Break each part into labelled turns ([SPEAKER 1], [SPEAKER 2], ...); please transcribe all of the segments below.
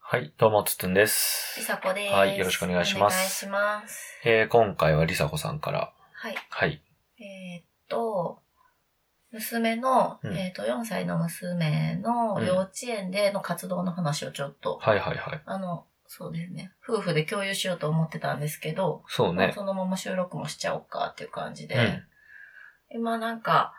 [SPEAKER 1] はい、どうも、つつんで
[SPEAKER 2] り
[SPEAKER 1] す。
[SPEAKER 2] さこです。
[SPEAKER 1] はいよろしくお願いします
[SPEAKER 2] お願いします。
[SPEAKER 1] えー、今回はりさこさんから、
[SPEAKER 2] はい。
[SPEAKER 1] はい、
[SPEAKER 2] えーっと、娘の、
[SPEAKER 1] うん
[SPEAKER 2] えーっと、4歳の娘の幼稚園での活動の話をちょっと、
[SPEAKER 1] はいはいはい。
[SPEAKER 2] あの、そうですね。夫婦で共有しようと思ってたんですけど、
[SPEAKER 1] そう
[SPEAKER 2] まあ
[SPEAKER 1] ね。
[SPEAKER 2] そのまま収録もしちゃおうかっていう感じで、
[SPEAKER 1] うん
[SPEAKER 2] 今なんか、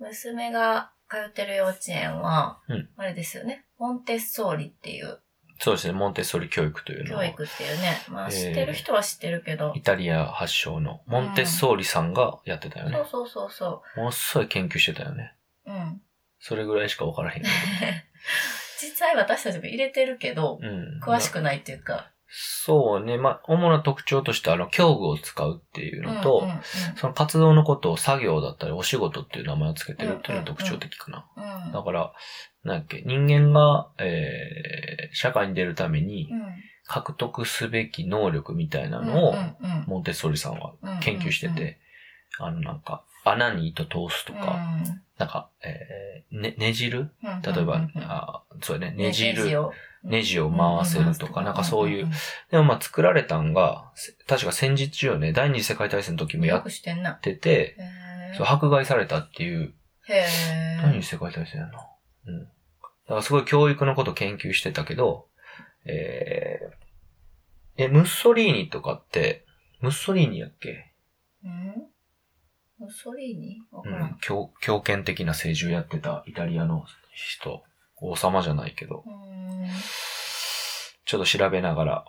[SPEAKER 2] 娘が通ってる幼稚園は、
[SPEAKER 1] うん
[SPEAKER 2] あれですよね。モンテッソーリっていう
[SPEAKER 1] そうですね、モンテッソリ教育というの
[SPEAKER 2] 教
[SPEAKER 1] は、
[SPEAKER 2] 育っていうね。ま
[SPEAKER 1] え
[SPEAKER 2] あ
[SPEAKER 1] ー
[SPEAKER 2] 知ってる人は知ってるけど、
[SPEAKER 1] イタリア発祥のモンテッソーリさんがやってたよね。
[SPEAKER 2] そうそうそうそ
[SPEAKER 1] ものすごい研究してたよね。
[SPEAKER 2] う。うん。
[SPEAKER 1] それぐらいしかわからへんけ
[SPEAKER 2] 実際私たちも入れてるけど、
[SPEAKER 1] ど。うん。
[SPEAKER 2] 詳しくないっていうか。
[SPEAKER 1] そうね、まあ、主な特徴として、あの、教具を使うっていうのと、
[SPEAKER 2] うんうん
[SPEAKER 1] その活動のことを作業だったりお仕事っていう名前をつけてるっていうのが特徴的かな。
[SPEAKER 2] うん
[SPEAKER 1] だから、なんだっけ、人間が、えー、社会に出るために
[SPEAKER 2] うん
[SPEAKER 1] 獲得すべき能力みたいな
[SPEAKER 2] うん
[SPEAKER 1] のを、
[SPEAKER 2] うん
[SPEAKER 1] モンテッソーリさんは
[SPEAKER 2] うん
[SPEAKER 1] 研究してて、あのなんか、穴に糸通すとか、、なんか、えーね、ねじる
[SPEAKER 2] うんうん
[SPEAKER 1] 例えば、
[SPEAKER 2] うんうんうん
[SPEAKER 1] あそうやね、ねじる。
[SPEAKER 2] を
[SPEAKER 1] ねじを回せるとか
[SPEAKER 2] うん
[SPEAKER 1] なんかそういう
[SPEAKER 2] うん
[SPEAKER 1] でもまあ作られたんが、せ確か戦時中よね、第二次世界大戦の時
[SPEAKER 2] うん
[SPEAKER 1] もや
[SPEAKER 2] よ
[SPEAKER 1] っ
[SPEAKER 2] くしてんな。
[SPEAKER 1] てて、
[SPEAKER 2] へー
[SPEAKER 1] そう、迫害されたっていう
[SPEAKER 2] へ
[SPEAKER 1] 第二
[SPEAKER 2] ー
[SPEAKER 1] 次世界大戦やな。うん。だからすごい教育のこと研究してたけど、えー、え、ムッソリーニとかって、ムッソリーニやっけ
[SPEAKER 2] うんムッソリーニわか
[SPEAKER 1] う
[SPEAKER 2] ら
[SPEAKER 1] ん
[SPEAKER 2] ん。。
[SPEAKER 1] 強、強権的な政治をやってたイタリアの人、王様じゃないけど、
[SPEAKER 2] うん。うんうん
[SPEAKER 1] ちょっと調べながら、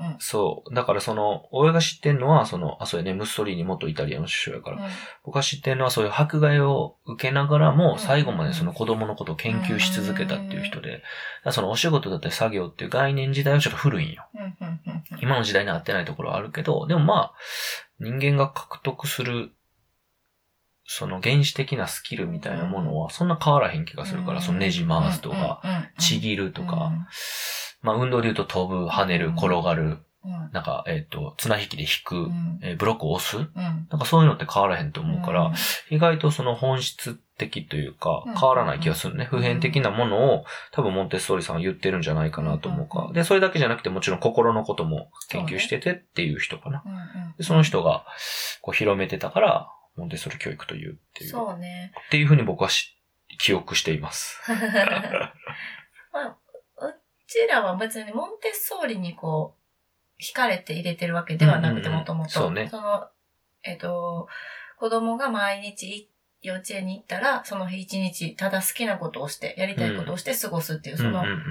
[SPEAKER 2] うん。
[SPEAKER 1] そう。だからその、俺が知ってんのは、その、あ、そうやね、ムッソリーニ元イタリアの首相やから、僕が知ってるのはそういう迫害を受けながらも、最後までその子供のことを研究し続けたっていう人で、だからそのお仕事だったり作業っていう概念自体はちょっと古いんよ。
[SPEAKER 2] うんうんうんうん
[SPEAKER 1] 今の時代に合ってないところはあるけど、でもまあ、人間が獲得する、その原始的なスキルみたいなものはそんな変わらへん気がするから、そのネジ回すとか、
[SPEAKER 2] うんうんうん、
[SPEAKER 1] ちぎるとか、まあ運動で言うと飛ぶ、跳ねる、転がる、
[SPEAKER 2] うん、うん
[SPEAKER 1] なんか、えっ、と、綱引きで引く、
[SPEAKER 2] うん
[SPEAKER 1] えーブロックを押す
[SPEAKER 2] うん
[SPEAKER 1] なんかそういうのって変わらへんと思うから、
[SPEAKER 2] うん
[SPEAKER 1] 意外とその本質的というか
[SPEAKER 2] うん、
[SPEAKER 1] 変わらない気がするね。普遍的なものを、多分モンテッソーリさんは言ってるんじゃないかなと思うか
[SPEAKER 2] う。ん
[SPEAKER 1] で、それだけじゃなくてもちろん心のことも研究しててっていう人かな。
[SPEAKER 2] うんうん
[SPEAKER 1] でその人が、こう広めてたから、モンテッソーリ教育というっていう。っ
[SPEAKER 2] そうね。
[SPEAKER 1] ていうふうに僕はし記憶しています。
[SPEAKER 2] まあ、うちらは別にモンテッソーリにこう、惹かれて入れてるわけではなくて、
[SPEAKER 1] うんうんうん
[SPEAKER 2] もともと。
[SPEAKER 1] そうね
[SPEAKER 2] の、えっ、と、子供が毎日い幼稚園に行ったら、その日一日、ただ好きなことをして、やりたいことをして過ごすっていう、
[SPEAKER 1] うん
[SPEAKER 2] そ
[SPEAKER 1] うんう
[SPEAKER 2] の、
[SPEAKER 1] ん。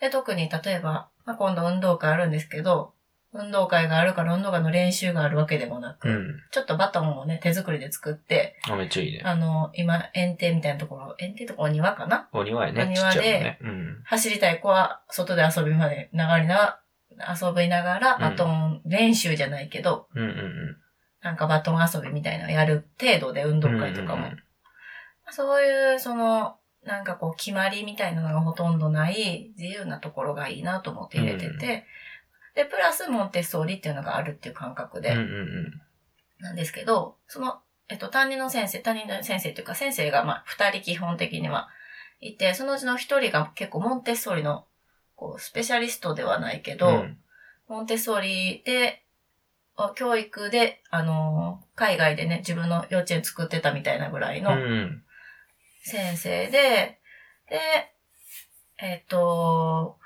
[SPEAKER 2] で、特に例えば、まあ、今度運動会あるんですけど、運動会があるから運動会の練習があるわけでもなく、
[SPEAKER 1] うん。
[SPEAKER 2] ちょっとバトンをね、手作りで作って、
[SPEAKER 1] あ、めっちゃいいね。
[SPEAKER 2] あの、今、園庭みたいなところ、園庭とかお庭かな
[SPEAKER 1] お庭やね
[SPEAKER 2] お。
[SPEAKER 1] ちっ
[SPEAKER 2] 庭
[SPEAKER 1] ちゃい
[SPEAKER 2] で
[SPEAKER 1] もんね。うん。
[SPEAKER 2] 走りたい子は、外で遊びまで、流れな、遊びながら、
[SPEAKER 1] ん
[SPEAKER 2] バトン練習じゃないけど、
[SPEAKER 1] うんうんうん。
[SPEAKER 2] なんかバトン遊びみたいなのやる程度で運動会と
[SPEAKER 1] う
[SPEAKER 2] かも。
[SPEAKER 1] んうんうん
[SPEAKER 2] そういう、その、なんかこう、決まりみたいなのがほとんどない、自由なところがいいなと思って入れてて、
[SPEAKER 1] うん
[SPEAKER 2] で、プラスモンテッソーリっていうのがあるっていう感覚
[SPEAKER 1] うん
[SPEAKER 2] で、なんですけど、その、えっと、担任の先生、担任の先生っていうか、先生が、まあ、二人基本的には、いて、そのうちの一人が結構モンテッソーリの、こう、スペシャリストではないけど、
[SPEAKER 1] うんうん。
[SPEAKER 2] モンテッソーリで、あ教育で、あのー海外でね、自分の幼稚園作ってたみたいなぐらいの
[SPEAKER 1] うんうん。
[SPEAKER 2] 先生で、で、えっと、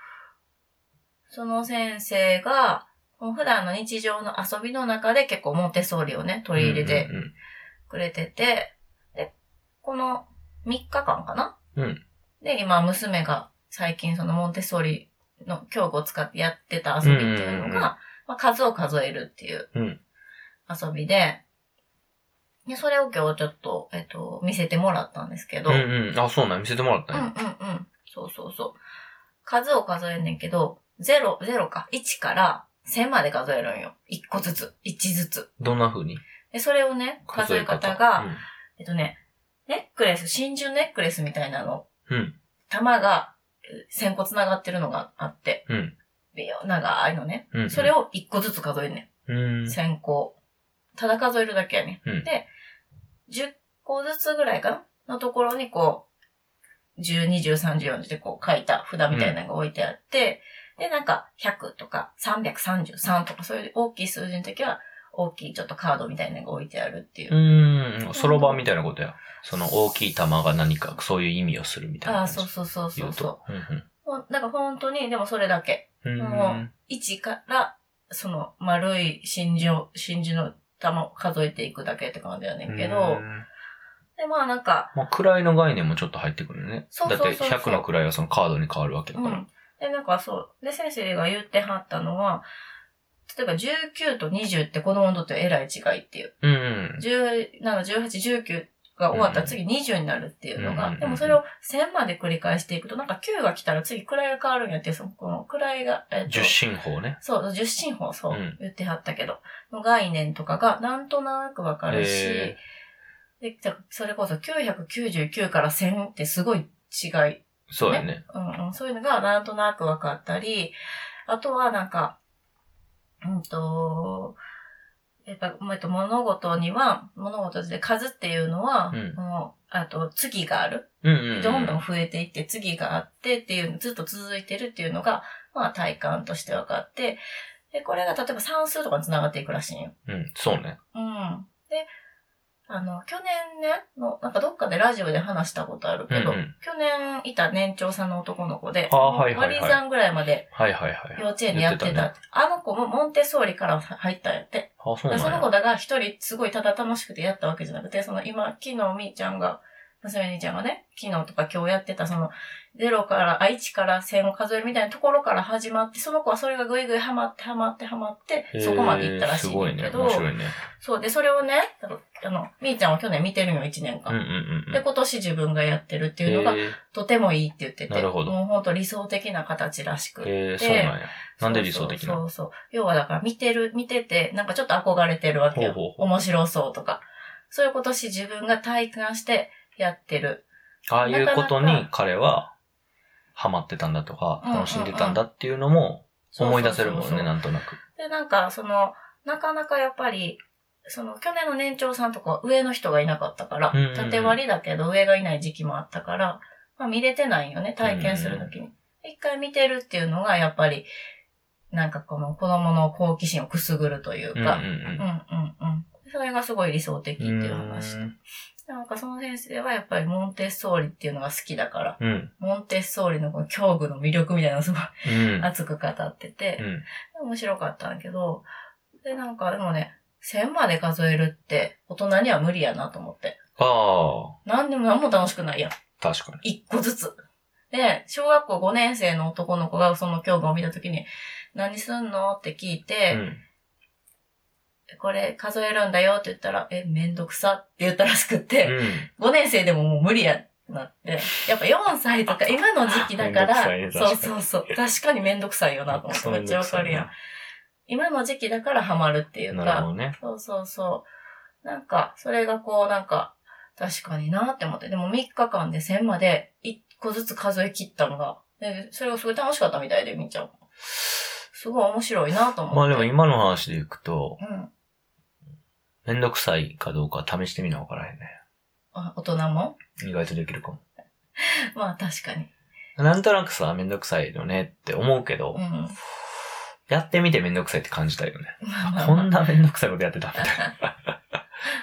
[SPEAKER 2] その先生が、もう普段の日常の遊びの中で結構モンテッソーリをね、取り入れて
[SPEAKER 1] うんうん
[SPEAKER 2] くれてて、で、この3日間かな
[SPEAKER 1] うん
[SPEAKER 2] で、今、娘が最近そのモンテッソーリの教具を使ってやってた遊びっていうのが、
[SPEAKER 1] うんうんうん
[SPEAKER 2] まあ、数を数えるっていう
[SPEAKER 1] うん
[SPEAKER 2] 遊びで、で、それを今日ちょっと、えっと、見せてもらったんですけど、
[SPEAKER 1] うんうん。あ、そうなんや見せてもらった
[SPEAKER 2] うん
[SPEAKER 1] ん
[SPEAKER 2] うん
[SPEAKER 1] や
[SPEAKER 2] うん。そうそうそう。数を数えんねんけど、0、0か。1から1000まで数えるんよ。1個ずつ。1ずつ。
[SPEAKER 1] どんな風に
[SPEAKER 2] で、それをね、数え方が、、えっとね、ネックレス、真珠ネックレスみたいなの、
[SPEAKER 1] うん
[SPEAKER 2] 玉が、え1000個繋がってるのがあって、
[SPEAKER 1] うんうん
[SPEAKER 2] で長いのね。
[SPEAKER 1] うんうん。
[SPEAKER 2] それ
[SPEAKER 1] を、
[SPEAKER 2] を1個ずつ数えんね
[SPEAKER 1] うん
[SPEAKER 2] ん。。1000個。ただ数えるだけやね。
[SPEAKER 1] うん
[SPEAKER 2] で、10個ずつぐらいかなのところにこ10、20、30、40でこう書いた札みたいなのが置いてあって、で、なんか100とか333とかそういう大きい数字の時は大きいちょっとカードみたいなのが置いてあるっていう
[SPEAKER 1] う。ーん、そろばんみたいなことや。その大きい玉が何か、そういう意味をするみたいな
[SPEAKER 2] ああ、
[SPEAKER 1] 感じ。
[SPEAKER 2] そうそうそうそうそう。
[SPEAKER 1] 言うと。
[SPEAKER 2] ほんなんか本当に、でもそれだけ。
[SPEAKER 1] うんうん。
[SPEAKER 2] もう1から、その丸い真珠を、真珠の玉を数えていくだけって感じやね
[SPEAKER 1] うんん
[SPEAKER 2] け
[SPEAKER 1] う
[SPEAKER 2] ど、
[SPEAKER 1] ん
[SPEAKER 2] で、まあなんか、
[SPEAKER 1] まあ、位の概念もちょっと入ってくるね。
[SPEAKER 2] そうそうそうそう
[SPEAKER 1] だって100の位はそのカードに変わるわけだ
[SPEAKER 2] う
[SPEAKER 1] から。
[SPEAKER 2] ん。で、なんかそう、で、先生が言ってはったのは、例えば19と20って子供にとってはえらい違いっていう。
[SPEAKER 1] うん。
[SPEAKER 2] 17、18、19が終わったら次20になるっていうの
[SPEAKER 1] うんうんうん
[SPEAKER 2] が
[SPEAKER 1] う、ん
[SPEAKER 2] でもそれを1000まで繰り返していくと、なんか9が来たら次位が変わるんやって、そのこの位が、えっと
[SPEAKER 1] 十進法ね。
[SPEAKER 2] そう、十進法、
[SPEAKER 1] う
[SPEAKER 2] そう、
[SPEAKER 1] ん
[SPEAKER 2] 言ってはったけど、の概念とかがなんとなくわかるし、
[SPEAKER 1] へ
[SPEAKER 2] でじゃあそれこそ999から1000ってすごい違い、
[SPEAKER 1] そうやね。
[SPEAKER 2] うんうん、そういうのがなんとなくわかったり、あとはなんか、うんと、やっぱ、えっと、物事には、物事で数っていうのは、
[SPEAKER 1] うん
[SPEAKER 2] もう、あと、次がある。
[SPEAKER 1] うんうん、うん。
[SPEAKER 2] どんどん増えていって、次があってっていう、ずっと続いてるっていうのが、まあ体感として分かって、で、これが例えば算数とかに繋がっていくらしいんよ。
[SPEAKER 1] うん、そうね。
[SPEAKER 2] うん。で、あの、去年ね、の、なんかどっかでラジオで話したことあるけど、
[SPEAKER 1] うんうん
[SPEAKER 2] 去年いた年長さんの男の子で、
[SPEAKER 1] あーはいはいはい
[SPEAKER 2] 割り算ぐらいまで
[SPEAKER 1] はいはいはい。
[SPEAKER 2] 幼稚園でやってた。
[SPEAKER 1] 言ね
[SPEAKER 2] あの子もモンテソーリから入ったんやって。
[SPEAKER 1] あ、そう
[SPEAKER 2] で
[SPEAKER 1] なん
[SPEAKER 2] その
[SPEAKER 1] や
[SPEAKER 2] 子だが一人すごいただ楽しくてやったわけじゃなくて、その今、昨日みーちゃんが、娘みーちゃんがね、昨日とか今日やってたその、0から、あ、1から線を数えるみたいなところから始まって、その子はそれがぐいぐいハマってハマってハマって、そこまで行ったらしい
[SPEAKER 1] へーすご
[SPEAKER 2] ん
[SPEAKER 1] い
[SPEAKER 2] だ
[SPEAKER 1] ね。
[SPEAKER 2] け
[SPEAKER 1] 面
[SPEAKER 2] ど、
[SPEAKER 1] 白いね。
[SPEAKER 2] そう、で、それをね、あの、みーちゃんは去年見てるのよ、1年
[SPEAKER 1] う
[SPEAKER 2] 間。
[SPEAKER 1] んうんうん。
[SPEAKER 2] で、今年自分がやってるっていうのが、
[SPEAKER 1] へー
[SPEAKER 2] とてもいいって言ってて、
[SPEAKER 1] なるほど
[SPEAKER 2] もうほんと理想的な形らしくって
[SPEAKER 1] へえそうなんや。なんで理想的な
[SPEAKER 2] そ
[SPEAKER 1] の
[SPEAKER 2] うそうそう。要はだから見てる、見てて、なんかちょっと憧れてるわけよ。
[SPEAKER 1] ほうほうほう
[SPEAKER 2] 面白そうとか。そういうことし自分が体感してやってる。
[SPEAKER 1] ああいうこと
[SPEAKER 2] なかな
[SPEAKER 1] に彼はハマってたんだとか
[SPEAKER 2] うん、うんうん
[SPEAKER 1] 楽しんでたんだっていうのも思い出せるも
[SPEAKER 2] そ
[SPEAKER 1] ん
[SPEAKER 2] うそう
[SPEAKER 1] ね、
[SPEAKER 2] そうそう
[SPEAKER 1] なんとなく。
[SPEAKER 2] で、なんかその、なかなかやっぱり、その去年の年長さんとかは上の人がいなかったから、
[SPEAKER 1] うんうんうん
[SPEAKER 2] 縦割りだけど上がいない時期もあったから、まあ見れてないよね、体験するときに。一回見てるっていうのがやっぱり、なんかこの子供の好奇心をくすぐるという
[SPEAKER 1] うんうん
[SPEAKER 2] か、うんうんうん。それがすごい理想的って
[SPEAKER 1] うん。
[SPEAKER 2] いう話。なんかその先生はやっぱりモンテッソーリっていうのが好きだから、
[SPEAKER 1] うん。うん。
[SPEAKER 2] モンテッソーリのこの教具の魅力みたいなのをすごい
[SPEAKER 1] うん。
[SPEAKER 2] 熱く語って
[SPEAKER 1] う
[SPEAKER 2] て、
[SPEAKER 1] ん
[SPEAKER 2] 面白かったんだけど、でなんかでもね、1000まで数えるって大人には無理やなと思って。
[SPEAKER 1] あ
[SPEAKER 2] 何でも何も楽しくないやん。
[SPEAKER 1] あ、確かに。
[SPEAKER 2] 一個ずつ。で、小学校5年生の男の子がその教具を見たときに、何すんのって聞いて、
[SPEAKER 1] うん
[SPEAKER 2] これ数えるんだよって言ったら、え、めんどくさって言ったらしくって、
[SPEAKER 1] うん。
[SPEAKER 2] 5年生でももう無理やってなって、やっぱ4歳とか今の時期
[SPEAKER 1] め
[SPEAKER 2] だか
[SPEAKER 1] ん
[SPEAKER 2] ら、
[SPEAKER 1] どくさいね確か
[SPEAKER 2] そう
[SPEAKER 1] に
[SPEAKER 2] そうそう、確かにめんどくさいよなと思って、めっちゃわかるやん。今の時期だからハマるっていう
[SPEAKER 1] なるほ
[SPEAKER 2] か、
[SPEAKER 1] どね。
[SPEAKER 2] そうそうそう。なんか、それがこうなんか、確かになって思って、でも3日間で1000まで1個ずつ数え切ったのが、でそれがすごい楽しかったみたいで、みーちゃん。すごい面白いなと思って。
[SPEAKER 1] まあでも今の話でいくと、
[SPEAKER 2] うん。
[SPEAKER 1] めんどくさいかどうか試してみなわからへんね。
[SPEAKER 2] あ大人も
[SPEAKER 1] 意外とできるかも。
[SPEAKER 2] まあ確かに。
[SPEAKER 1] なんとなくさ、めんどくさいよねって思うけど
[SPEAKER 2] うん。、ま
[SPEAKER 1] やってみてめんどくさいって感じたよね。
[SPEAKER 2] あ まあ
[SPEAKER 1] こ
[SPEAKER 2] まあ
[SPEAKER 1] んなめんどくさいことやってたみたい な。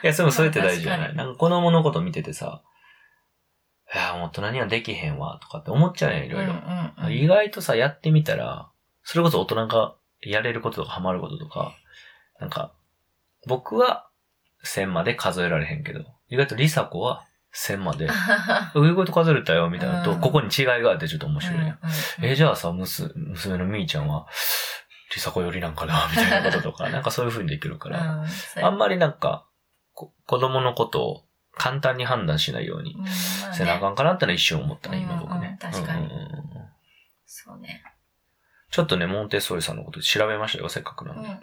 [SPEAKER 1] いや、でもそれって大事じゃ
[SPEAKER 2] ま
[SPEAKER 1] ない。
[SPEAKER 2] あ確
[SPEAKER 1] なんか子供のこと見ててさ、いや、もう大人にはできへんわ、とかって思っちゃうね、いろいろ。
[SPEAKER 2] うんうんうん
[SPEAKER 1] 意外とさ、やってみたら、それこそ大人がやれることとかハマることとか、なんか、僕は1000まで数えられへんけど、意外とリサ子は1000まで、 上ごと数えれたよ、みたいなと、
[SPEAKER 2] うん
[SPEAKER 1] ここに違いがあってちょっと面白いやん。
[SPEAKER 2] うんうん
[SPEAKER 1] え、じゃあさ、むす、娘のみーちゃんは、りさこよりなんか なみたいなこととか、なんかそういう風にできるから、
[SPEAKER 2] うん
[SPEAKER 1] あんまりなんか、こ子供のことを簡単に判断しないように、
[SPEAKER 2] うんまあ
[SPEAKER 1] せなあ
[SPEAKER 2] ね
[SPEAKER 1] かんかなってのは一瞬思ったね、
[SPEAKER 2] うん
[SPEAKER 1] 今僕
[SPEAKER 2] う
[SPEAKER 1] ね
[SPEAKER 2] ん。確かに
[SPEAKER 1] うんうんうん
[SPEAKER 2] そうね。
[SPEAKER 1] ちょっとね、モンテッソーリさんのこと調べましたよ、せっかくな
[SPEAKER 2] うんんう
[SPEAKER 1] で。
[SPEAKER 2] ん。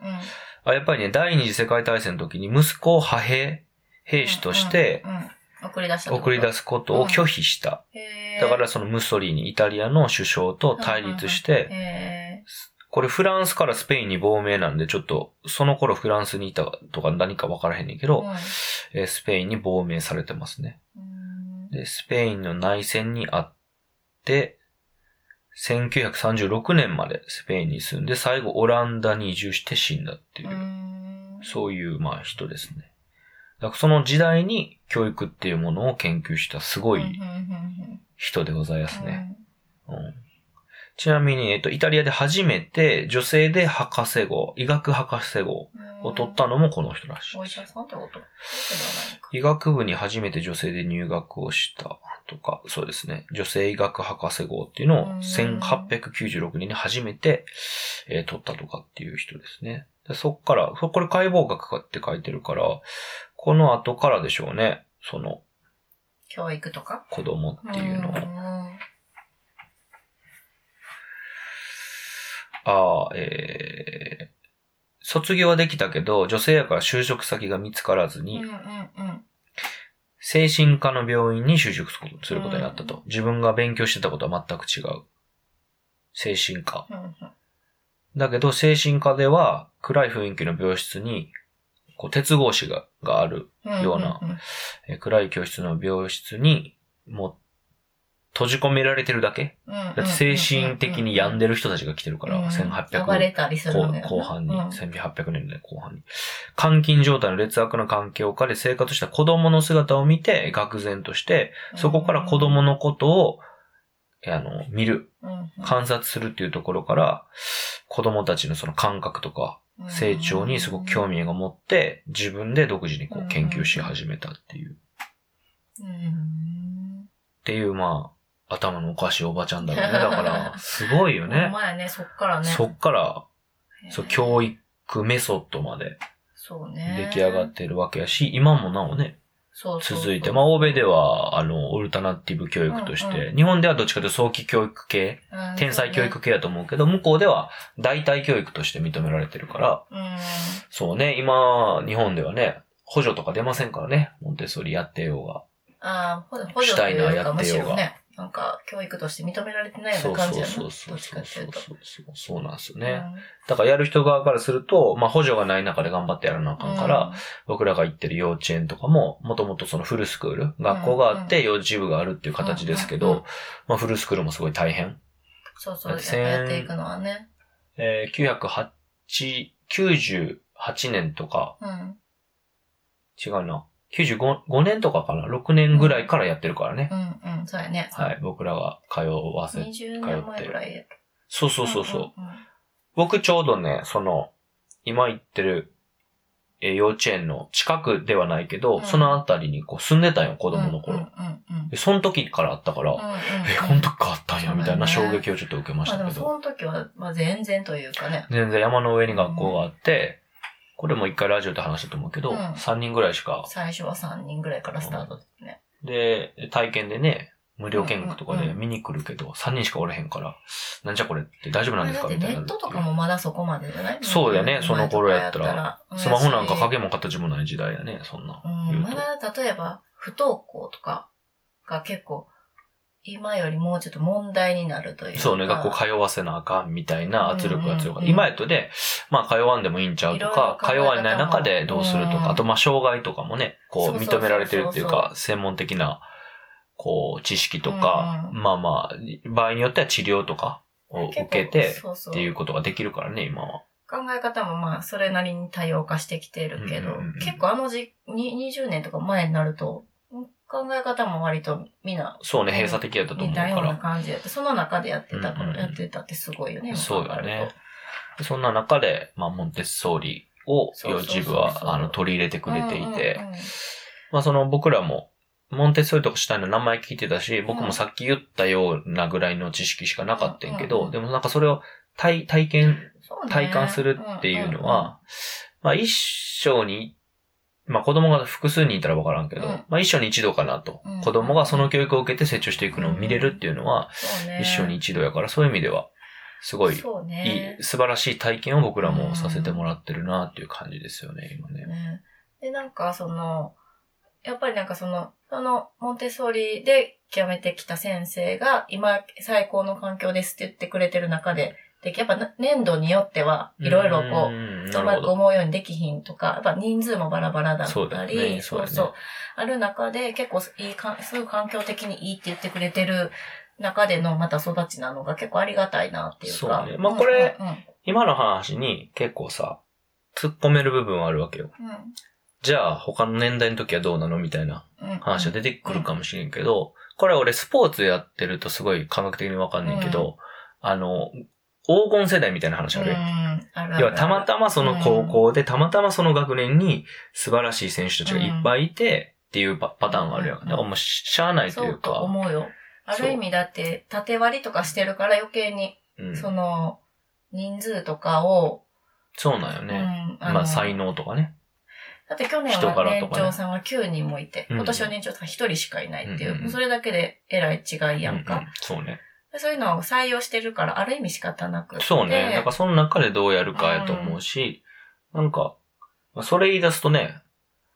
[SPEAKER 1] あやっぱりね、第二次世界大戦の時に息子を派兵、兵士として
[SPEAKER 2] うんうん、送り出した
[SPEAKER 1] 送り出
[SPEAKER 2] す。
[SPEAKER 1] すことを拒否した。
[SPEAKER 2] へー
[SPEAKER 1] だから、そのムッソリーニ、イタリアの首相と対立して、
[SPEAKER 2] へ
[SPEAKER 1] これフランスからスペインに亡命なんで、ちょっと、その頃フランスにいたとか何か分からへんねんけ
[SPEAKER 2] ー
[SPEAKER 1] ど、
[SPEAKER 2] うん
[SPEAKER 1] えースペインに亡命されてますね。
[SPEAKER 2] うん
[SPEAKER 1] で、スペインの内戦にあって、1936年までスペインに住んで、最後オランダに移住して死んだっていう、
[SPEAKER 2] ん
[SPEAKER 1] そういう、まあ人ですね。だからその時代に教育っていうものを研究したすご
[SPEAKER 2] うんうん
[SPEAKER 1] い
[SPEAKER 2] うん
[SPEAKER 1] 人でございます
[SPEAKER 2] うん
[SPEAKER 1] ね。うんちなみに、えっと、イタリアで初めて女性で博士号、医学博士号
[SPEAKER 2] うん
[SPEAKER 1] を取ったのもこの人らしい。
[SPEAKER 2] お医者さんってことそうではないか。
[SPEAKER 1] 医学部に初めて女性で入学をしたとか、そうですね。女性医学博士号っていうのを
[SPEAKER 2] うん
[SPEAKER 1] 1896年に初めて、えー取ったとかっていう人ですね。でそっから、そこれ解剖学かって書いてるから、この後からでしょうね。その
[SPEAKER 2] 教育とか
[SPEAKER 1] 子供っていうのを。
[SPEAKER 2] ん
[SPEAKER 1] ああ、えー、卒業はできたけど、女性やから就職先が見つからず
[SPEAKER 2] うん
[SPEAKER 1] に、
[SPEAKER 2] うんうん。
[SPEAKER 1] 精神科の病院に就職することになったと。自分が勉強してたことは全く違う。精神科。
[SPEAKER 2] うんうん
[SPEAKER 1] だけど、精神科では、暗い雰囲気の病室に、こう、鉄格子が、がある、
[SPEAKER 2] うん
[SPEAKER 1] ようなえー暗い教室の病室に、もう、閉じ込められてるだけだって精神的に病ん
[SPEAKER 2] で
[SPEAKER 1] でる人たちが来てるから、1800
[SPEAKER 2] 暴れたりするのね
[SPEAKER 1] 後後半に、
[SPEAKER 2] うん
[SPEAKER 1] 1800年代後半に。監禁状態の劣悪な環境下で生活した子供の姿を見て、愕然として、そこから子供のことを、えあの、見る、
[SPEAKER 2] うん
[SPEAKER 1] 観察するっていうところから、子供たちのその感覚とか、
[SPEAKER 2] うん
[SPEAKER 1] 成長にすごく興味が持って、自分で独自にこう研究し始めたっていう、っ
[SPEAKER 2] うん
[SPEAKER 1] ていう、まあ、頭のおかしいおばちゃんだ からね。だから、すごいよ
[SPEAKER 2] ほん
[SPEAKER 1] ね。
[SPEAKER 2] まやね、そっからね。
[SPEAKER 1] そっから、そう、
[SPEAKER 2] へー
[SPEAKER 1] 教育メソッドまで
[SPEAKER 2] そうね
[SPEAKER 1] 出。来上がってるわけやし、今もなおね、
[SPEAKER 2] そうそうそう
[SPEAKER 1] 続いて、まあ、欧米では、あの、オルタナティブ教育として、
[SPEAKER 2] うんう
[SPEAKER 1] 日本ではどっちかというと早期教育系、
[SPEAKER 2] うん
[SPEAKER 1] 天才教育系だと思うけど、向こうでは代替教育として認められてるから、
[SPEAKER 2] そうね
[SPEAKER 1] そうね、今、日本ではね、補助とか出ませんからね、モンテッソーリやってようが。
[SPEAKER 2] うん。ああ、ほ補助というか、むしろね、なんか、教育として認められてないよ
[SPEAKER 1] そうう
[SPEAKER 2] な感じ
[SPEAKER 1] そう
[SPEAKER 2] やな。ど
[SPEAKER 1] そう
[SPEAKER 2] っ
[SPEAKER 1] そう
[SPEAKER 2] ち
[SPEAKER 1] そ
[SPEAKER 2] か
[SPEAKER 1] うそ
[SPEAKER 2] っていううと。
[SPEAKER 1] そう。そうなんですよね。だからやる人側からすると、まあ補助がない中で頑張ってやらなあ
[SPEAKER 2] うん。
[SPEAKER 1] かんから、僕らが行ってる幼稚園とかも、もともとそのフルスクール、学校があって幼稚部があるっていう形ですけ
[SPEAKER 2] うんうんう
[SPEAKER 1] ど、まあフルスクールもすごい大変。
[SPEAKER 2] そうそう、
[SPEAKER 1] だ
[SPEAKER 2] や
[SPEAKER 1] っ
[SPEAKER 2] ってぱ
[SPEAKER 1] 千
[SPEAKER 2] やっていくのはね。
[SPEAKER 1] えー、908、98年とか、
[SPEAKER 2] うん。
[SPEAKER 1] 違うな。95 5年とかかな ?6 年ぐらいからやってるからね
[SPEAKER 2] う。んうん、そうやね。
[SPEAKER 1] はい、僕らが通わせ。
[SPEAKER 2] 20年前ぐらいやった
[SPEAKER 1] そうそうそうそう。
[SPEAKER 2] うんうん
[SPEAKER 1] 僕ちょうどね、その、今行ってる、えー幼稚園の近くではないけど、
[SPEAKER 2] うん
[SPEAKER 1] そのあたりにこう住んでたんよ、子
[SPEAKER 2] うん
[SPEAKER 1] 供の頃。
[SPEAKER 2] うんうんうん
[SPEAKER 1] でその時からあったから、
[SPEAKER 2] うんうんうん
[SPEAKER 1] え、この時からあったんや、
[SPEAKER 2] そうだね
[SPEAKER 1] みたいな衝撃をちょっと受けまし
[SPEAKER 2] まあで
[SPEAKER 1] た
[SPEAKER 2] も
[SPEAKER 1] け
[SPEAKER 2] そ
[SPEAKER 1] ど。
[SPEAKER 2] の時は、まあ全然というかね。
[SPEAKER 1] 全然山の上に学校があって、これも一回ラジオで話したと思うけど、
[SPEAKER 2] うん
[SPEAKER 1] 3人ぐらいしか。
[SPEAKER 2] 最初は3人ぐらいからスタートですね。
[SPEAKER 1] で、体験でね、無料見学とか
[SPEAKER 2] うんうん
[SPEAKER 1] で
[SPEAKER 2] うん
[SPEAKER 1] 見に来るけど、3人しかおれへんから、なんじゃこれって大丈夫なんです
[SPEAKER 2] だ
[SPEAKER 1] か
[SPEAKER 2] って
[SPEAKER 1] みたい
[SPEAKER 2] ネ
[SPEAKER 1] になる
[SPEAKER 2] ッ
[SPEAKER 1] って
[SPEAKER 2] ト
[SPEAKER 1] いう
[SPEAKER 2] とかもまだそこまでじゃない
[SPEAKER 1] そうだよね
[SPEAKER 2] ん
[SPEAKER 1] その頃やったら
[SPEAKER 2] 前とかやった
[SPEAKER 1] スマホなんか
[SPEAKER 2] うん
[SPEAKER 1] 影も形もない時代やね、そんな
[SPEAKER 2] う。
[SPEAKER 1] 言
[SPEAKER 2] ん、
[SPEAKER 1] う
[SPEAKER 2] ま
[SPEAKER 1] と。
[SPEAKER 2] だ例えば不登校とかが結構今よりもうちょっと問題になるというか。
[SPEAKER 1] そうね、学校通わせなあかんみたいな圧力が強かった。
[SPEAKER 2] うんうんうん
[SPEAKER 1] 今やとで、まあ通わんでもいいんちゃうとか、
[SPEAKER 2] い
[SPEAKER 1] 通
[SPEAKER 2] ろい
[SPEAKER 1] わ
[SPEAKER 2] ろ考え方も
[SPEAKER 1] ない中でどうすると
[SPEAKER 2] う
[SPEAKER 1] か、
[SPEAKER 2] ん
[SPEAKER 1] あとまあ障害とかもね、こう
[SPEAKER 2] そうそうそう
[SPEAKER 1] 認められてるっていう
[SPEAKER 2] そう
[SPEAKER 1] か、専門的な、こう知識とか、
[SPEAKER 2] う
[SPEAKER 1] まあまあ、場合によっては治療とかを
[SPEAKER 2] 結
[SPEAKER 1] 受
[SPEAKER 2] 構
[SPEAKER 1] けて、
[SPEAKER 2] そうそ
[SPEAKER 1] っていうことができるからね、今は。
[SPEAKER 2] 考え方もまあそれなりに多様化してきてるけど、
[SPEAKER 1] うんうんうんうん
[SPEAKER 2] 結構あのじに20年とか前になると考え方も割とみんな
[SPEAKER 1] そうね、閉鎖的やったと思
[SPEAKER 2] 似
[SPEAKER 1] うか
[SPEAKER 2] たような
[SPEAKER 1] ら。
[SPEAKER 2] 感じでその中でやってたから、
[SPEAKER 1] うんうんうん
[SPEAKER 2] やってたってすごいよね。
[SPEAKER 1] そうよ
[SPEAKER 2] 今考える
[SPEAKER 1] ね
[SPEAKER 2] と。。
[SPEAKER 1] そんな中で、まあ、モンテッソーリを
[SPEAKER 2] そう
[SPEAKER 1] 幼
[SPEAKER 2] そうそうそ
[SPEAKER 1] 稚
[SPEAKER 2] う
[SPEAKER 1] 部は、あの、取り入れてくれていて、
[SPEAKER 2] うんうんうん
[SPEAKER 1] まあその僕らも、モンテッソーリとかシュタインの名前聞いてたし、僕もさっき言ったようなぐらいの知識しかなかったんやけ
[SPEAKER 2] うんうん
[SPEAKER 1] ど、
[SPEAKER 2] うん
[SPEAKER 1] でもなんかそれを体、体験、
[SPEAKER 2] そうね
[SPEAKER 1] 体感するっていうのは、まあ一生に、まあ子供が複数人いたらわからんけど、
[SPEAKER 2] うん
[SPEAKER 1] まあ一生に一度かなと
[SPEAKER 2] うんうん。
[SPEAKER 1] 子供がその教育を受けて成長していくのを見れるっていうのは、一生に一度やから、そういう意味では、すごい、い
[SPEAKER 2] そうね
[SPEAKER 1] い、素晴らしい体験を僕らもさせてもらってるなっていう感じですよね、今ね。
[SPEAKER 2] ね。で、なんかその、やっぱりなんかその、その、モンテッソーリで極めてきた先生が、今、最高の環境ですって言ってくれてる中で、で、やっぱな年度によっては、いろいろこう、
[SPEAKER 1] う
[SPEAKER 2] う
[SPEAKER 1] なる
[SPEAKER 2] ま
[SPEAKER 1] ほ
[SPEAKER 2] く
[SPEAKER 1] ど。
[SPEAKER 2] 思うようにできひんとか、やっぱ人数もバラバラだった
[SPEAKER 1] そ
[SPEAKER 2] り、
[SPEAKER 1] うだよね
[SPEAKER 2] そ
[SPEAKER 1] そう
[SPEAKER 2] う
[SPEAKER 1] だよね
[SPEAKER 2] そうある中で、結構いいかん、すごい環境的にいいって言ってくれてる中でのまた育ちなのが結構ありがたいなっていうか。
[SPEAKER 1] そうねまあこれ
[SPEAKER 2] うん
[SPEAKER 1] 今の話に結構さ、突っ込める部分はあるわけよ。
[SPEAKER 2] うん
[SPEAKER 1] じゃあ他の年代の時はどうなのみたいな
[SPEAKER 2] うんうん、
[SPEAKER 1] 話は出てくるかもしれんけど、これは俺スポーツやってるとすごい感覚的にわかんないけど、あの、黄金世代みたいな話ある
[SPEAKER 2] う
[SPEAKER 1] よ
[SPEAKER 2] ん。あるある
[SPEAKER 1] 要はたまたまその高校で、たまたまその学年に素晴らしい選手たちがいっぱいいて、っていうパパターンがあるやん。
[SPEAKER 2] う
[SPEAKER 1] だ
[SPEAKER 2] ん
[SPEAKER 1] からもうししゃあないとい
[SPEAKER 2] そううと
[SPEAKER 1] か、
[SPEAKER 2] 思うよ。ある意味だって、縦割りとかしてるから余計に、
[SPEAKER 1] うん
[SPEAKER 2] その、人数とかを、
[SPEAKER 1] そうなんよね。
[SPEAKER 2] うん、の
[SPEAKER 1] まあ才能とかね。
[SPEAKER 2] だって去年
[SPEAKER 1] 人
[SPEAKER 2] は
[SPEAKER 1] 柄と
[SPEAKER 2] 年
[SPEAKER 1] かね
[SPEAKER 2] 長さんは9人もいて、
[SPEAKER 1] うん
[SPEAKER 2] 今年は年長さん1人しかいないっていう、
[SPEAKER 1] うんうん
[SPEAKER 2] それだけでえらい違いやんか。
[SPEAKER 1] ううそうね。
[SPEAKER 2] でそういうのを採用してるから、ある意味仕方なくって。
[SPEAKER 1] そうね。なんかその中でどうやるかやと思うし、なんか、まあそれ言い出すとね、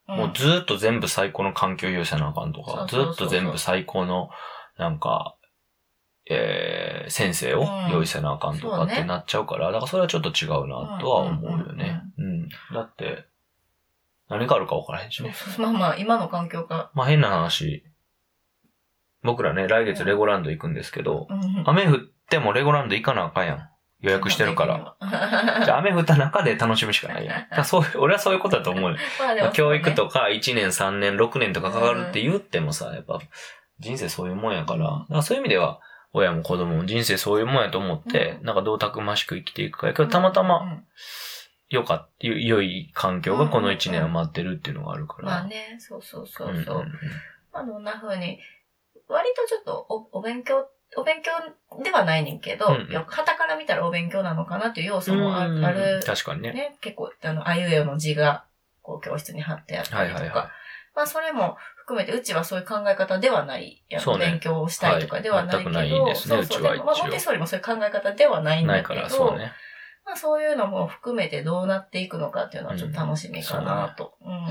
[SPEAKER 2] うん、
[SPEAKER 1] もうずーっと全部最高の環境優先なあかんとか、ず
[SPEAKER 2] そうそうそう
[SPEAKER 1] ーっと全部最高の、なんか、えー、先生を
[SPEAKER 2] うん
[SPEAKER 1] 用意せなあかんとか
[SPEAKER 2] そう
[SPEAKER 1] っ
[SPEAKER 2] ね
[SPEAKER 1] てなっちゃうから、だからそれはちょっと違うなとは思うよね。うん。だって、何があるか分からへんしね。
[SPEAKER 2] まあまあ、今の環境が。
[SPEAKER 1] まあ変な話、僕らね、来月レゴランド行くんですけど、
[SPEAKER 2] うん
[SPEAKER 1] 雨降ってもレゴランド行かなあかんやん。予約してる から。。じゃあ雨降った中で楽しむしかないやん。だからそういう、俺はそういうことだと思うよ。
[SPEAKER 2] まあでもそうね
[SPEAKER 1] まあ教育とか1年3年6年とかかかるって言ってもさ、やっぱ人生そういうもんやから、
[SPEAKER 2] うん
[SPEAKER 1] だからそういう意味では親も子供も人生そういうもんやと思って、なんかどうたくましく生きていくかやけど、たまた
[SPEAKER 2] う
[SPEAKER 1] ま
[SPEAKER 2] んうん
[SPEAKER 1] 良かっよ良い環境がこの1年は待ってるっていうのがあるから。
[SPEAKER 2] まあね、そうそうそうそう。
[SPEAKER 1] うんうんうん
[SPEAKER 2] まあ、どんな風に、割とちょっとおお勉強、お勉強ではないねんけど、
[SPEAKER 1] うんうん
[SPEAKER 2] よはたから見たらお勉強なのかなという要素もあ
[SPEAKER 1] うん
[SPEAKER 2] ある、
[SPEAKER 1] 確かにね。
[SPEAKER 2] ね、結構、あの、あいうえおの字が、こう、教室に貼ってあった
[SPEAKER 1] は
[SPEAKER 2] り
[SPEAKER 1] い
[SPEAKER 2] とか、
[SPEAKER 1] はいは
[SPEAKER 2] まあ、それも含めて、うちはそういう考え方ではないやん
[SPEAKER 1] そうね
[SPEAKER 2] 勉強をしたいとかではないけど、
[SPEAKER 1] はい全くないですね
[SPEAKER 2] そうそう
[SPEAKER 1] うちは
[SPEAKER 2] でもまあ、
[SPEAKER 1] 一応
[SPEAKER 2] モンテッソーリもそういう考え方ではない
[SPEAKER 1] い。
[SPEAKER 2] んだ
[SPEAKER 1] ない
[SPEAKER 2] け
[SPEAKER 1] か
[SPEAKER 2] ど、
[SPEAKER 1] ら、そうね。
[SPEAKER 2] まあ、そういうのも含めてどうなっていくのかっていうのはちょっと楽しみかなと。うん。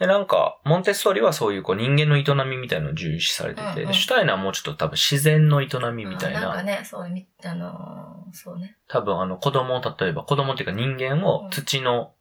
[SPEAKER 1] で、なんか、モンテッソーリはそういうこう人間の営みみたいなのを重視されてて、
[SPEAKER 2] うんうん
[SPEAKER 1] でシュタイナーはもうちょっと多分自然の営みみたい
[SPEAKER 2] あ
[SPEAKER 1] な
[SPEAKER 2] なんかね、そう、みあのーそうね。
[SPEAKER 1] 多分あの子供を例えば子供っていうか人間
[SPEAKER 2] うん
[SPEAKER 1] を土の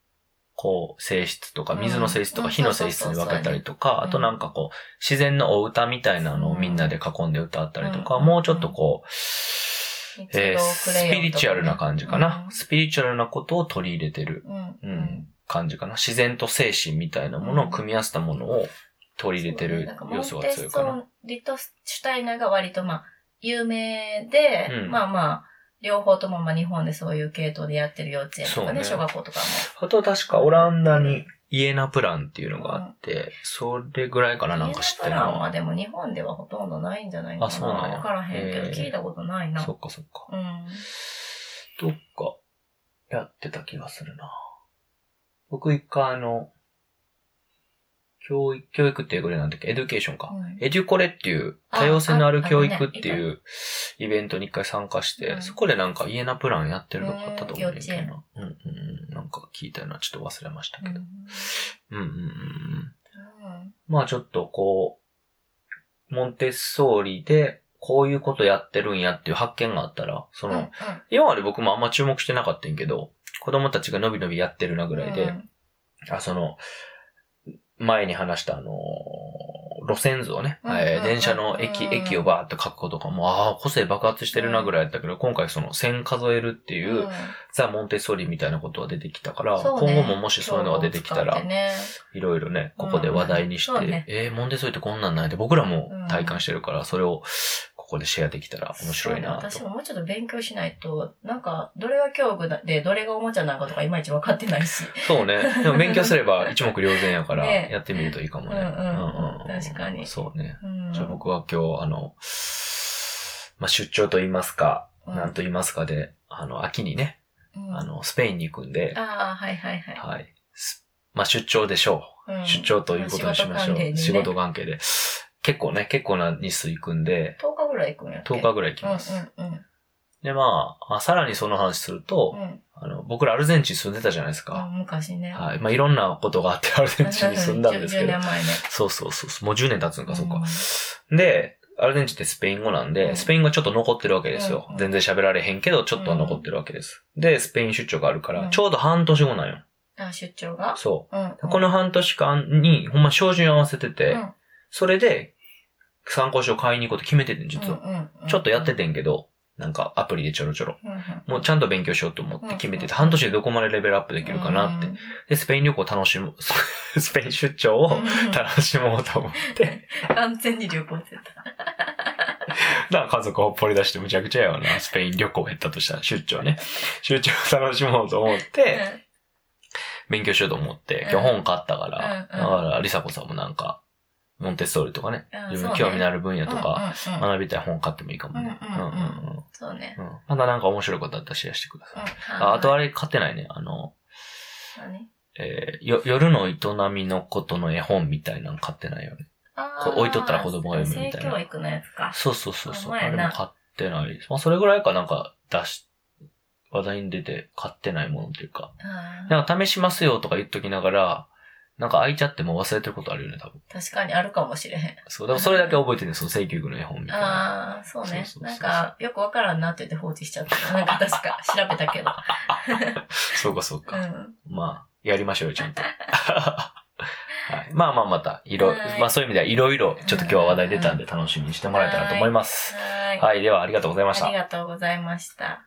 [SPEAKER 1] こう性質とか
[SPEAKER 2] うん
[SPEAKER 1] 水の性質と
[SPEAKER 2] う
[SPEAKER 1] か
[SPEAKER 2] ん
[SPEAKER 1] 火の性質に分けたりと
[SPEAKER 2] そうそうそう
[SPEAKER 1] か、
[SPEAKER 2] うん
[SPEAKER 1] あとなんかこう自然のお歌みたいなのをみんなで囲んで歌ったりとか、
[SPEAKER 2] うん
[SPEAKER 1] もうちょっとこう、
[SPEAKER 2] 日
[SPEAKER 1] えース
[SPEAKER 2] 常クレヨンとかね
[SPEAKER 1] ピリチュアルな感じかな、
[SPEAKER 2] うん
[SPEAKER 1] スピリチュアルなことを取り入れてる、
[SPEAKER 2] うん。
[SPEAKER 1] うん感じかな。自然と精神みたいなものを組み合わせたものを取り入れてる要素が強いか
[SPEAKER 2] モン
[SPEAKER 1] な。
[SPEAKER 2] テッソーリとシュタイナーが割とまあ、有名で、
[SPEAKER 1] うん
[SPEAKER 2] まあまあ、両方ともまあ日本でそういう系統でやってる幼稚園とかね、
[SPEAKER 1] そ
[SPEAKER 2] 小
[SPEAKER 1] うね
[SPEAKER 2] 学校とか
[SPEAKER 1] あと確かオランダにイエナプランっていうのがあって、それぐらいか
[SPEAKER 2] も。
[SPEAKER 1] ななんか知って
[SPEAKER 2] 家
[SPEAKER 1] る
[SPEAKER 2] のプラン
[SPEAKER 1] のは
[SPEAKER 2] はでも日本ではほとんどないんじゃないかな。
[SPEAKER 1] あそうなんや
[SPEAKER 2] わからへんけど、
[SPEAKER 1] へー
[SPEAKER 2] 聞いたことないな。
[SPEAKER 1] そっかそっか。
[SPEAKER 2] うん。
[SPEAKER 1] どっか、やってた気がするな。僕一回あの、教育、教育って英語でなんだっけエデュケーションか。
[SPEAKER 2] うん
[SPEAKER 1] エデュコレっていう、
[SPEAKER 2] あ
[SPEAKER 1] 多様性のある
[SPEAKER 2] あ
[SPEAKER 1] 教育って
[SPEAKER 2] あの
[SPEAKER 1] いうイベントに一回参加して、
[SPEAKER 2] うん
[SPEAKER 1] そこでなんかイエナプランやってるとこあったと思うんだけ
[SPEAKER 2] うん
[SPEAKER 1] どな。うんうんうん。なんか聞いたよな。ちょっと忘れました
[SPEAKER 2] う
[SPEAKER 1] け
[SPEAKER 2] ん
[SPEAKER 1] ど。うんうんうんうん。
[SPEAKER 2] うん
[SPEAKER 1] まあちょっとこう、モンテッソーリで、こういうことやってるんやっていう発見があったら、そ
[SPEAKER 2] うん
[SPEAKER 1] の、今まで僕もあんま注目してなかったんやけど、子供たちがのびのびやってるなぐらいで、
[SPEAKER 2] うん
[SPEAKER 1] あ、その、前に話したあのー路線図をね、
[SPEAKER 2] うん
[SPEAKER 1] え
[SPEAKER 2] う
[SPEAKER 1] ー
[SPEAKER 2] ん
[SPEAKER 1] 電車の駅、
[SPEAKER 2] うん
[SPEAKER 1] 駅をバーって書くことかも、ああ、個性爆発してるなぐらいやったけど、今回その線数えるっていう、
[SPEAKER 2] ん
[SPEAKER 1] ザ・モンテッソーリみたいなことが出てきたから、
[SPEAKER 2] そ
[SPEAKER 1] 今
[SPEAKER 2] うね
[SPEAKER 1] 後ももしそういうのが出てきた
[SPEAKER 2] そう
[SPEAKER 1] ら
[SPEAKER 2] 使って、ね
[SPEAKER 1] いろいろね、ここで話題にして、
[SPEAKER 2] うんそうね
[SPEAKER 1] えー、モンデソイってこんなんないって僕らも体感してるから、それをここでシェアできたら面白いな
[SPEAKER 2] そうね私
[SPEAKER 1] と。
[SPEAKER 2] ももうちょっと勉強しないと、なんか、どれが教具で、どれがおもちゃなのかとかいまいち分かってないし。
[SPEAKER 1] そうね。でも勉強すれ ば一目瞭然やから、
[SPEAKER 2] ね
[SPEAKER 1] やってみるといいかもね。
[SPEAKER 2] うんうん
[SPEAKER 1] うんうん
[SPEAKER 2] 確かに
[SPEAKER 1] そうね。
[SPEAKER 2] うん
[SPEAKER 1] じゃあ僕は今日、あの、まあ、出張と言いますか、
[SPEAKER 2] うん
[SPEAKER 1] なんと言いますかで、あの、秋にね、
[SPEAKER 2] うん
[SPEAKER 1] あの、スペインに行くんで、
[SPEAKER 2] ああ、はいはいはい。
[SPEAKER 1] はい。すまあ、出張でしょ
[SPEAKER 2] う
[SPEAKER 1] う。
[SPEAKER 2] ん
[SPEAKER 1] 出張ということにしましょう。仕
[SPEAKER 2] 仕
[SPEAKER 1] 事
[SPEAKER 2] 事
[SPEAKER 1] 関
[SPEAKER 2] 関
[SPEAKER 1] 係で。結構ね、結構な日数行くんで、
[SPEAKER 2] 10日ぐらい行くんやっけ
[SPEAKER 1] 10日ぐらい行きます。
[SPEAKER 2] うんうん
[SPEAKER 1] で、まあ、あさらにその話すると、
[SPEAKER 2] うん。うん
[SPEAKER 1] あの、僕らアルゼンチン住んでたじゃないです
[SPEAKER 2] あ
[SPEAKER 1] か。
[SPEAKER 2] 昔ね。
[SPEAKER 1] はい。まあ、いろんなことがあってアルゼンチンに住んだんですけ
[SPEAKER 2] 10
[SPEAKER 1] ど
[SPEAKER 2] 年。前ね。
[SPEAKER 1] そうそうそうそう。もう10年経つんか、そっ
[SPEAKER 2] うん
[SPEAKER 1] か。で、アルゼンチンってスペイン語なん
[SPEAKER 2] うん
[SPEAKER 1] で、スペイン語ちょっと残ってるわけですよ
[SPEAKER 2] うん。
[SPEAKER 1] 全然喋られへんけど、ちょっとは残ってるわけです。で、スペイン出張があるか
[SPEAKER 2] うん
[SPEAKER 1] ら、ちょうど半年後なんよ。
[SPEAKER 2] あ出張が
[SPEAKER 1] そ
[SPEAKER 2] うん。
[SPEAKER 1] う。この半年間に、ほんま、照準合わせてて、
[SPEAKER 2] うん
[SPEAKER 1] それで、参考書を買いに行こうと決めててん、実は。
[SPEAKER 2] は
[SPEAKER 1] ちょっとやって
[SPEAKER 2] て、
[SPEAKER 1] てんけど、なんかアプリでちょろちょろ。
[SPEAKER 2] うんうん
[SPEAKER 1] もうちゃんと勉強しようと思って決めて
[SPEAKER 2] うん
[SPEAKER 1] て、半年でどこまでレベルアップできるかなって。で、スペイン旅行楽しむ、 スペイン出張
[SPEAKER 2] うん
[SPEAKER 1] を
[SPEAKER 2] うん
[SPEAKER 1] 楽しもう と思って。
[SPEAKER 2] 完全に旅行してた。
[SPEAKER 1] だから家族をほっぽり出してむちゃくちゃやわな。スペイン旅行減ったとしたら、出張ね。出張を楽しもうと思って、勉強しようと思って、今日本買ったから、
[SPEAKER 2] う
[SPEAKER 1] だ
[SPEAKER 2] んう
[SPEAKER 1] か
[SPEAKER 2] ん
[SPEAKER 1] ら、リサ子さんもなんか、モンテッソーリとかね、
[SPEAKER 2] うん
[SPEAKER 1] 自分興味のある分野とか、、
[SPEAKER 2] そうねうんうんうん
[SPEAKER 1] 学びたい本買ってもいいかもね。
[SPEAKER 2] う
[SPEAKER 1] うんん
[SPEAKER 2] う
[SPEAKER 1] うんん
[SPEAKER 2] うん
[SPEAKER 1] うん
[SPEAKER 2] そうね。
[SPEAKER 1] うんまだなんか面白いことあったらシェアしてください。
[SPEAKER 2] うん
[SPEAKER 1] ああとあれ買ってないね。あの、
[SPEAKER 2] 何
[SPEAKER 1] えーよ、夜の営みのことの絵本みたいなの買ってないよね。
[SPEAKER 2] あー
[SPEAKER 1] これ置いとったら子供が読むみたいな
[SPEAKER 2] 性教育のやつか。
[SPEAKER 1] そうそうそうそう。
[SPEAKER 2] ほん
[SPEAKER 1] あ
[SPEAKER 2] まや
[SPEAKER 1] れ
[SPEAKER 2] な
[SPEAKER 1] も買ってないです。まあそれぐらいかなんか出し、話題に出て買ってないものっていうか。
[SPEAKER 2] うん
[SPEAKER 1] なんか試しますよとか言っときながら、なんか開いちゃってもう忘れてることあるよね、多分。
[SPEAKER 2] 確かにあるかもしれへん。
[SPEAKER 1] そう、だからそれだけ覚えてるんですよ、請求具の絵本みたいな。
[SPEAKER 2] ああ、そうね。
[SPEAKER 1] そうそうそうそう
[SPEAKER 2] なんか、よくわからんなって言って放置しちゃった。なんか確か、調べたけど。
[SPEAKER 1] そうかそう
[SPEAKER 2] う
[SPEAKER 1] か。
[SPEAKER 2] ん。
[SPEAKER 1] まあ、やりましょうよ、ちゃんと。はい、まあまあまた、いろ、
[SPEAKER 2] はい
[SPEAKER 1] まあそういう意味ではいろいろ、ちょっと今日は話題出たんで楽しみにしてもらえたらと思います。
[SPEAKER 2] はーい。
[SPEAKER 1] はい、ではありがとうございました
[SPEAKER 2] あり。がとうございました。